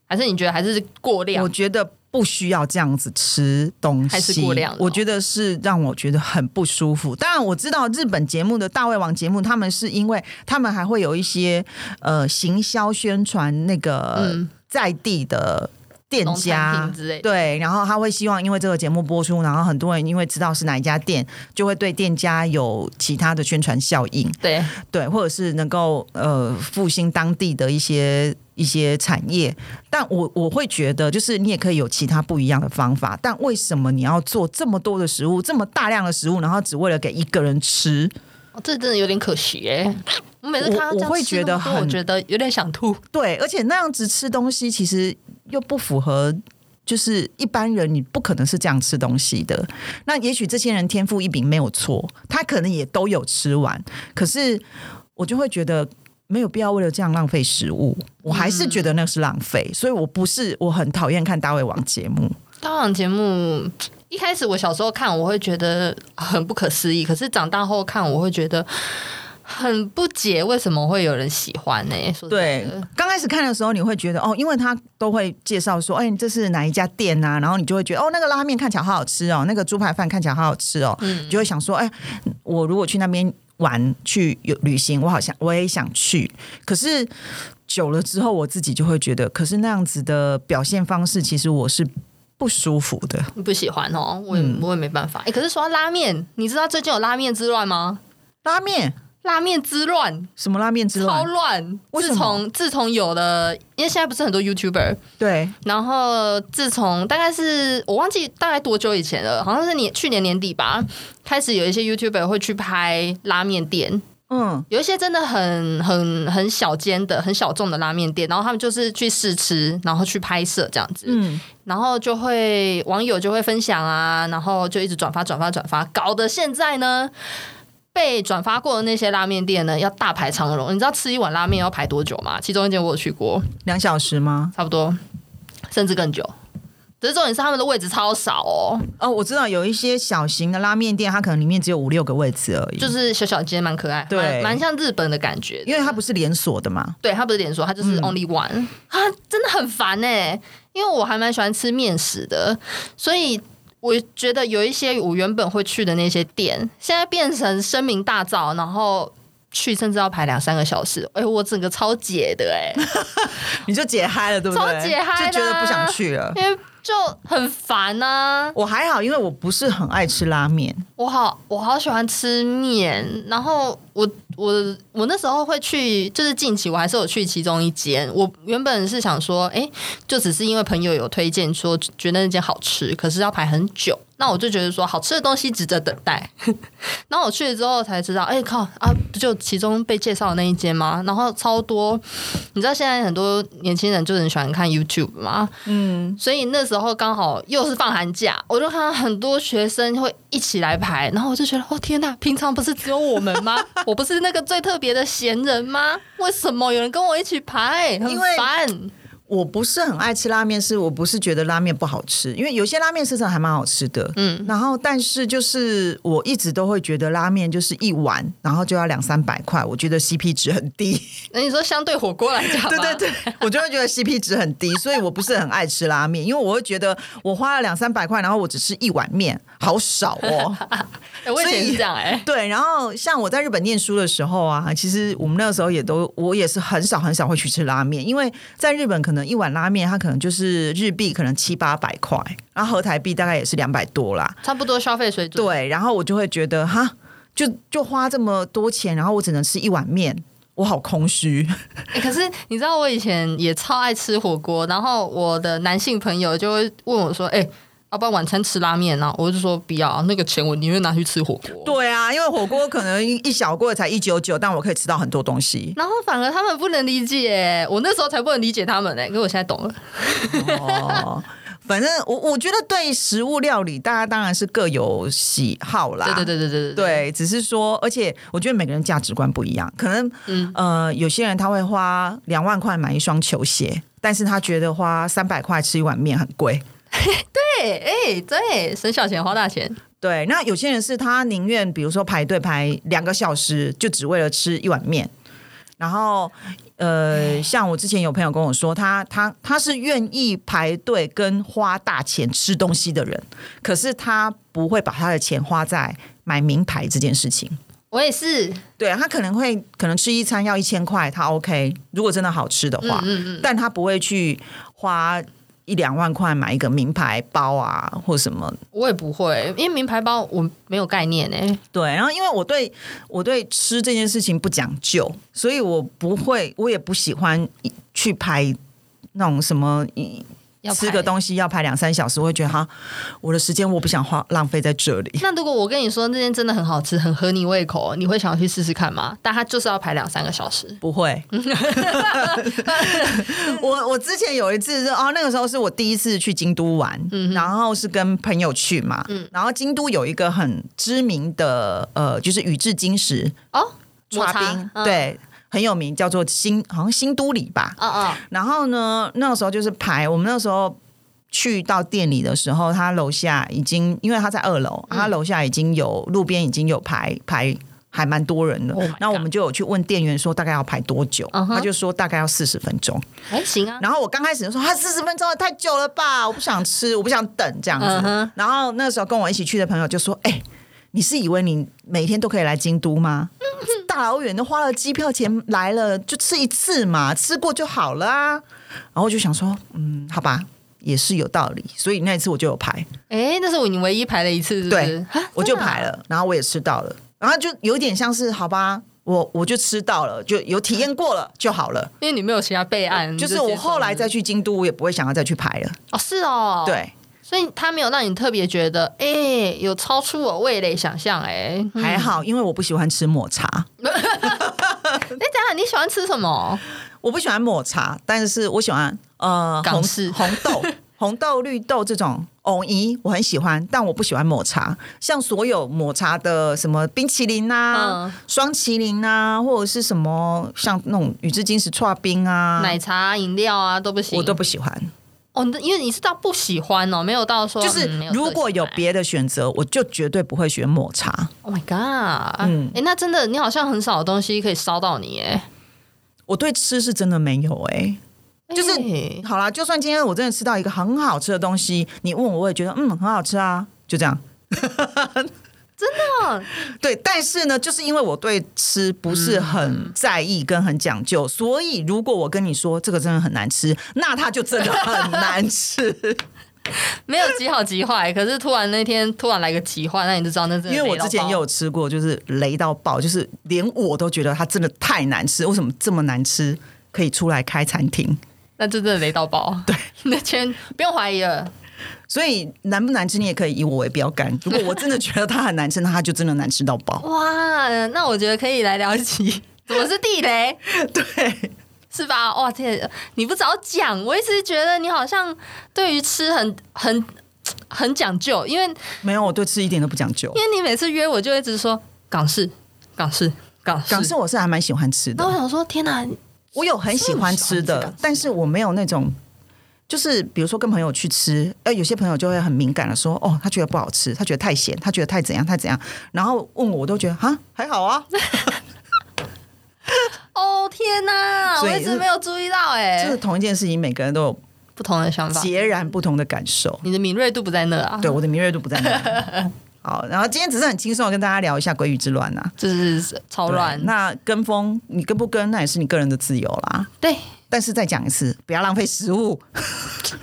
Speaker 2: 还是你觉得还是过量
Speaker 1: 我？觉得不需要这样子吃东西，
Speaker 2: 还是过量的哦
Speaker 1: 我觉得是让我觉得很不舒服。当然我知道日本节目的大胃王节目，他们是因为他们还会有一些呃行销宣传那个
Speaker 2: 嗯
Speaker 1: 在地的店
Speaker 2: 农产
Speaker 1: 家
Speaker 2: 品。之类的。
Speaker 1: 对，然后他会希望因为这个节目播出，然后很多人因为知道是哪一家店，就会对店家有其他的宣传效应。
Speaker 2: 对，
Speaker 1: 对，或者是能够呃复兴当地的一些一些产业。但我我会觉得，就是你也可以有其他不一样的方法。但为什么你要做这么多的食物，这么大量的食物，然后只为了给一个人吃？
Speaker 2: 哦这真的有点可惜哎、我每次看到
Speaker 1: 我
Speaker 2: 这
Speaker 1: 我
Speaker 2: 样
Speaker 1: 会
Speaker 2: 吃
Speaker 1: 觉得
Speaker 2: 那么多我
Speaker 1: 很
Speaker 2: 觉得有点想吐。
Speaker 1: 对，而且那样子吃东西，其实又不符合。就是一般人，你不可能是这样吃东西的。那也许这些人天赋异禀没有错，他可能也都有吃完，可是我就会觉得没有必要为了这样浪费食物。我还是觉得那是浪费，所以我不是我很讨厌看大胃王节目。
Speaker 2: 当然，节目一开始我小时候看，我会觉得很不可思议；可是长大后看，我会觉得很不解，为什么会有人喜欢呢、说实在
Speaker 1: 对
Speaker 2: 的，
Speaker 1: 刚开始看的时候，你会觉得哦，因为他都会介绍说，哎，你这是哪一家店啊？然后你就会觉得哦，那个拉面看起来好好吃哦，那个猪排饭看起来好好吃哦，你就会想说，哎，我如果去那边玩去有旅行，我好像我也想去。可是久了之后，我自己就会觉得，可是那样子的表现方式，其实我是不舒服的。
Speaker 2: 不喜欢哦，我也、
Speaker 1: 嗯
Speaker 2: 我也没办法。哎、可是说到拉面，你知道最近有拉面之乱吗？
Speaker 1: 拉面
Speaker 2: 拉面之乱
Speaker 1: 什么拉面之
Speaker 2: 超
Speaker 1: 乱？
Speaker 2: 乱！
Speaker 1: 为
Speaker 2: 自
Speaker 1: 什么
Speaker 2: 从自从有了，因为现在不是很多 YouTuber，
Speaker 1: 对，
Speaker 2: 然后自从大概是我忘记大概多久以前了，好像是年去年年底吧，开始有一些 YouTuber 会去拍拉面店，
Speaker 1: 嗯，
Speaker 2: 有一些真的很很很小间的、很小众的拉面店，然后他们就是去试吃，然后去拍摄这样子，
Speaker 1: 嗯
Speaker 2: 然后就会网友就会分享啊，然后就一直转发、转发、转发，搞得现在呢。被转发过的那些拉面店呢，要大排长龙。你知道吃一碗拉面要排多久吗？其中一间我有去过，
Speaker 1: 两小时吗？
Speaker 2: 差不多，甚至更久。只是重点是他们的位置超少哦，
Speaker 1: 哦，我知道有一些小型的拉面店，它可能里面只有五六个位置而已，
Speaker 2: 就是小小间，蛮可爱，
Speaker 1: 对
Speaker 2: 蛮蛮像日本的感觉的。
Speaker 1: 因为它不是连锁的嘛。
Speaker 2: 对他不是连锁，他就是 only one、啊，真的很烦呢、欸因为我还蛮喜欢吃面食的，所以我觉得有一些我原本会去的那些店，现在变成声名大噪，然后去甚至要排两三个小时。哎、我整个超解的哎、
Speaker 1: 你就解嗨了，对不对？
Speaker 2: 超解嗨的啊
Speaker 1: 就觉得不想去了。
Speaker 2: 因为就很烦呐、
Speaker 1: 我还好，因为我不是很爱吃拉面。
Speaker 2: 我好，我好喜欢吃面。然后我我我那时候会去，就是近期我还是有去其中一间。我原本是想说，哎、就只是因为朋友有推荐说觉得那间好吃，可是要排很久。那我就觉得说好吃的东西值得等待。 然后我去了之后才知道，哎、靠啊，不就其中被介绍的那一间吗？然后超多，你知道现在很多年轻人就很喜欢看 YouTube 吗？
Speaker 1: 嗯
Speaker 2: 所以那时候刚好又是放寒假，我就看到很多学生会一起来排，然后我就觉得，哦天呐，平常不是只有我们 吗？我不是那个最特别的闲人吗？为什么有人跟我一起排？很
Speaker 1: 因为
Speaker 2: 烦。
Speaker 1: 我不是很爱吃拉面，是我不是觉得拉面不好吃，因为有些拉面是真的还蛮好吃的。嗯，然后但是就是我一直都会觉得拉面就是一碗，然后就要两三百块，我觉得 CP 值很 低。
Speaker 2: 那你说相对火锅来讲吧，
Speaker 1: 对对对，我就会觉得 CP 值很低，所以我不是很爱吃拉面，因为我会觉得我花了两三百块，然后我只吃一碗面，好少哦。
Speaker 2: 哎我以前
Speaker 1: 所以
Speaker 2: 是这样哎、
Speaker 1: 对，然后像我在日本念书的时候啊，其实我们那个时候也都，我也是很少很少会去吃拉面，因为在日本可能一碗拉面它可能就是日币可能七八百块，然后合台币大概也是两百多啦。
Speaker 2: 差不多消费水准。
Speaker 1: 对，然后我就会觉得哈，就就花这么多钱，然后我只能吃一碗面，我好空虚。
Speaker 2: 哎可是你知道我以前也超爱吃火锅，然后我的男性朋友就会问我说，哎、要不然晚餐吃拉面啊？我就说不要，那个钱我宁愿拿去吃火锅。
Speaker 1: 对啊，因为火锅可能一小锅才一九九，但我可以吃到很多东西。
Speaker 2: 然后反而他哎们不能理解，我那时候才不能理解他们呢、可是我现在懂了。
Speaker 1: 哦， 反正我我觉得对食物料理，大家当然是各有喜好啦。
Speaker 2: 对对对对对对
Speaker 1: 对，只是说，而且我觉得每个人价值观不一样，可能，
Speaker 2: 嗯
Speaker 1: 呃，有些人他会花两万块买一双球鞋，但是他觉得花三百块吃一碗面很贵。
Speaker 2: 对，哎、对，省小钱花大钱，
Speaker 1: 对，那有些人是他宁愿比如说排队排两个小时，就只为了吃一碗面。然后，呃，像我之前有朋友跟我说，他他他是愿意排队跟花大钱吃东西的人，可是他不会把他的钱花在买名牌这件事情。
Speaker 2: 我也是，
Speaker 1: 对他可能会可能吃一餐要一千块，他 OK，如果真的好吃的话，
Speaker 2: 嗯嗯
Speaker 1: 但他不会去花一两万块买一个名牌包啊或什么。
Speaker 2: 我也不会，因为名牌包我没有概念哎、
Speaker 1: 对，然后因为我对我对吃这件事情不讲究，所以我不会，我也不喜欢去排那种什么一
Speaker 2: 要
Speaker 1: 吃
Speaker 2: 排
Speaker 1: 个东西要排两三小时，我会觉得哈，我的时间我不想花浪费在这里。
Speaker 2: 那如果我跟你说那间真的很好吃，很合你胃口，你会想要去试试看吗？但它就是要排两三个小时。
Speaker 1: 不 会，我我之前有一次是哦，那个时候是我第一次去京都玩，
Speaker 2: 嗯
Speaker 1: 然后是跟朋友去嘛，然后京都有一个很知名的呃，就是宇治金石
Speaker 2: 哦，抹
Speaker 1: 刷
Speaker 2: 茶
Speaker 1: 冰，，
Speaker 2: 嗯
Speaker 1: 对，很有名，叫做新好像新都里吧。
Speaker 2: 嗯嗯，
Speaker 1: 然后呢，那时候就是排，我们那时候去到店里的时候，他楼下已经，因为他在二楼，
Speaker 2: 嗯
Speaker 1: 他楼下已经有路边已经有排排。还蛮多人的
Speaker 2: Oh my，
Speaker 1: 那、
Speaker 2: God
Speaker 1: 我们就有去问店员说大概要排多久
Speaker 2: 嗯哼
Speaker 1: 他就说大概要四十分钟。
Speaker 2: 还行啊。
Speaker 1: 然后我刚开始就说他四十分钟也太久了吧，我不想吃，我不想等这样子。
Speaker 2: 嗯哼
Speaker 1: 然后那时候跟我一起去的朋友就说：“哎、你是以为你每天都可以来京都吗？大老远的花了机票钱来了，就吃一次嘛，吃过就好了啊。”然后我就想说：“嗯，好吧。”也是有道理，所以那一次我就有排，
Speaker 2: 哎、那是我你唯一排了一次，是不是
Speaker 1: 对？
Speaker 2: 啊
Speaker 1: 我就
Speaker 2: 真的啊
Speaker 1: 排了，然后我也吃到了，然后就有点像是好吧，我我就吃到了，就有体验过了就好了。
Speaker 2: 因为你没有其他备案，
Speaker 1: 就是
Speaker 2: 你嗯直接
Speaker 1: 我后来再去京都，我也不会想要再去排了。
Speaker 2: 哦，是哦，，
Speaker 1: 对，
Speaker 2: 所以他没有让你特别觉得，哎、有超出我味蕾想象、哎，嗯
Speaker 1: 还好，因为我不喜欢吃抹茶，
Speaker 2: 哎、等一下你喜欢吃什么？
Speaker 1: 我不喜欢抹茶，但是我喜欢呃
Speaker 2: 港
Speaker 1: 红
Speaker 2: 式
Speaker 1: 红 豆、红豆、绿豆这种。藕泥我很喜欢，但我不喜欢抹茶。像所有抹茶的什么冰淇淋啊
Speaker 2: 嗯、
Speaker 1: 双、淇淋啊，或者是什么像那种宇治金石串冰啊，
Speaker 2: 奶茶、饮料啊都不行，
Speaker 1: 我都不喜欢。
Speaker 2: 哦，你的因为你是到不喜欢哦，没有到说
Speaker 1: 就是
Speaker 2: 嗯没
Speaker 1: 如果有
Speaker 2: 特喜欢
Speaker 1: 别的选择，我就绝对不会选抹茶。
Speaker 2: ，Oh my God，嗯，
Speaker 1: 嗯
Speaker 2: 哎、那真的你好像很少东西可以烧到你， 哎，
Speaker 1: 我对吃是真的没有哎、就是
Speaker 2: 哎
Speaker 1: 好啦，就算今天我真的吃到一个很好吃的东西，你问我，我也觉得嗯很好吃啊，就这样。 真
Speaker 2: 哦嗯
Speaker 1: 的对，但是呢，就是因为我对吃不是很在意跟很讲究，所以如果我跟你说这个真的很难吃，那它就真的很难 吃，
Speaker 2: 没有极好极坏，可是突然那天突然来个极坏，那你就知道那真
Speaker 1: 因
Speaker 2: 的
Speaker 1: 为我
Speaker 2: 雷到
Speaker 1: 之前
Speaker 2: 爆
Speaker 1: 也有吃过，就是雷到爆，就是连我都觉得它真的太难吃，为什么这么难吃可以出来开餐厅？
Speaker 2: 那就真的雷到爆， 对，那全不用怀疑了。
Speaker 1: 所以难不难吃，你也可以以我为标杆。如果我真的觉得它很难吃，那它就真的难吃到爆。
Speaker 2: 哇，那我觉得可以来聊一集， 怎么是地雷？
Speaker 1: 对，
Speaker 2: 是吧？哇天，你不早讲，我一直觉得你好像对于吃很很很讲究，因为因
Speaker 1: 没有，我对吃一点都不讲究。
Speaker 2: 为你每次约我就一直说港式港式港式，
Speaker 1: 港式我是还蛮喜欢吃
Speaker 2: 那我
Speaker 1: 的，
Speaker 2: 想说天哪，
Speaker 1: 我有很喜欢吃
Speaker 2: 哦这么喜欢吃港
Speaker 1: 的
Speaker 2: 式，
Speaker 1: 但是我没有那种，就是比如说跟朋友去吃，呃，有些朋友就会很敏感的说，哦，他觉得不好吃，他觉得太咸，他觉得太怎样，太怎样，然后问我，我都觉得哈还好 啊，
Speaker 2: 哎哦天哪，
Speaker 1: 所
Speaker 2: 我
Speaker 1: 以
Speaker 2: 一直没有注意到哎、
Speaker 1: 就是同一件事情，每个人都有
Speaker 2: 不同的想法，
Speaker 1: 截然不同的感受。
Speaker 2: 你的敏锐度不在那啊，
Speaker 1: 对，我的敏锐度不在那。 好，然后今天只是很轻松的跟大家聊一下《鬼语之乱》啊。
Speaker 2: 就是超
Speaker 1: 对
Speaker 2: 乱，
Speaker 1: 那跟风，你跟不跟，那也是你个人的自由啦。
Speaker 2: 对，
Speaker 1: 但是再讲一次，不要浪费食物。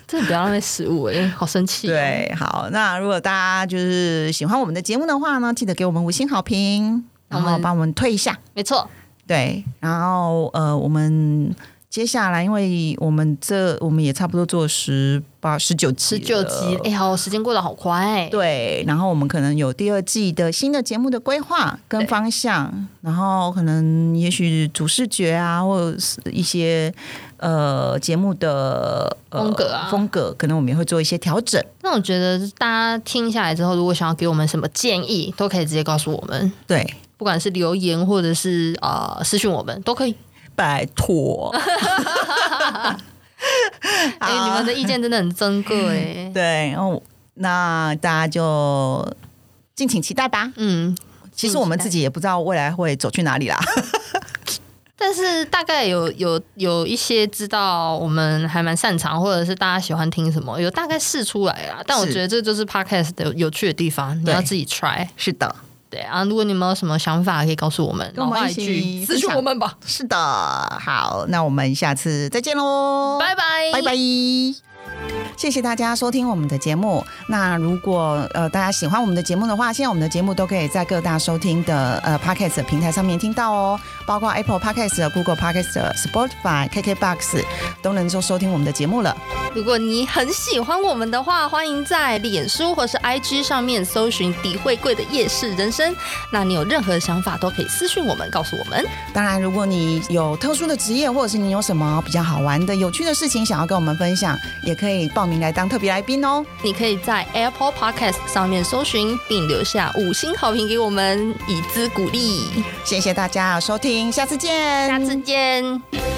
Speaker 2: 真的不要浪费食物哎、 好生气、哦。
Speaker 1: 对，好，那如果大家就是喜欢我们的节目的话呢，记得给我们五星好评，然
Speaker 2: 我
Speaker 1: 后
Speaker 2: 们
Speaker 1: 帮我们推一下。
Speaker 2: 没错，
Speaker 1: 对，然后呃，我们。接下来，因为我们这我们也差不多做十八、十九集
Speaker 2: 十
Speaker 1: 了，
Speaker 2: 九集，哎呀，时间过得好快、哎，
Speaker 1: 对，然后我们可能有第二季的新的节目的规划跟
Speaker 2: 对
Speaker 1: 方向，然后可能也许主视觉啊，或者是一些呃节目的、呃
Speaker 2: 风格啊
Speaker 1: 风格，可能我们也会做一些调整。
Speaker 2: 那我觉得大家听下来之后，如果想要给我们什么建议，都可以直接告诉我们，
Speaker 1: 对，
Speaker 2: 不管是留言或者是呃私讯我们都可以。
Speaker 1: 拜托，
Speaker 2: 哎、你们的意见真的很珍 贵。
Speaker 1: 对，然后那大家就敬请期待吧。
Speaker 2: 嗯，
Speaker 1: 其实我们自己也不知道未来会走去哪里啦。
Speaker 2: 但是大概有有有一些知道我们还蛮擅长，或者是大家喜欢听什么，有大概试出来啦。但我
Speaker 1: 是
Speaker 2: 觉得这就是 podcast 的有趣的地方，你
Speaker 1: 对
Speaker 2: 要自己 try。
Speaker 1: 是的，
Speaker 2: 对啊，如果你们有什么想法，可以告诉我们，
Speaker 1: 跟我们
Speaker 2: 老话
Speaker 1: 一
Speaker 2: 一
Speaker 1: 起分
Speaker 2: 句，私讯
Speaker 1: 享
Speaker 2: 我们吧。
Speaker 1: 是的。好，那我们下次再见喽，
Speaker 2: 拜拜，
Speaker 1: 哦拜拜。谢谢大家收听我们的节目。那如果呃大家喜欢我们的节目的话，现在我们的节目都可以在各大收听的呃 podcast 平台上面听到哦，包括 Apple Podcast、Google Podcast、Spotify、KKBox 都能够收听我们的节目了。
Speaker 2: 如果你很喜欢我们的话，欢迎在脸书或是 IG 上面搜寻“底会贵的夜市人生”。那你有任何想法都可以私讯我们，告诉我们。
Speaker 1: 当然，如果你有特殊的职业，或者是你有什么比较好玩的、有趣的事情想要跟我们分享，也可以报名来当特别来宾哦。
Speaker 2: 你可以在 Apple Podcast 上面搜寻，并留下五星好评给我们，以资鼓励。
Speaker 1: 谢谢大家的收听，下次见，
Speaker 2: 下次见。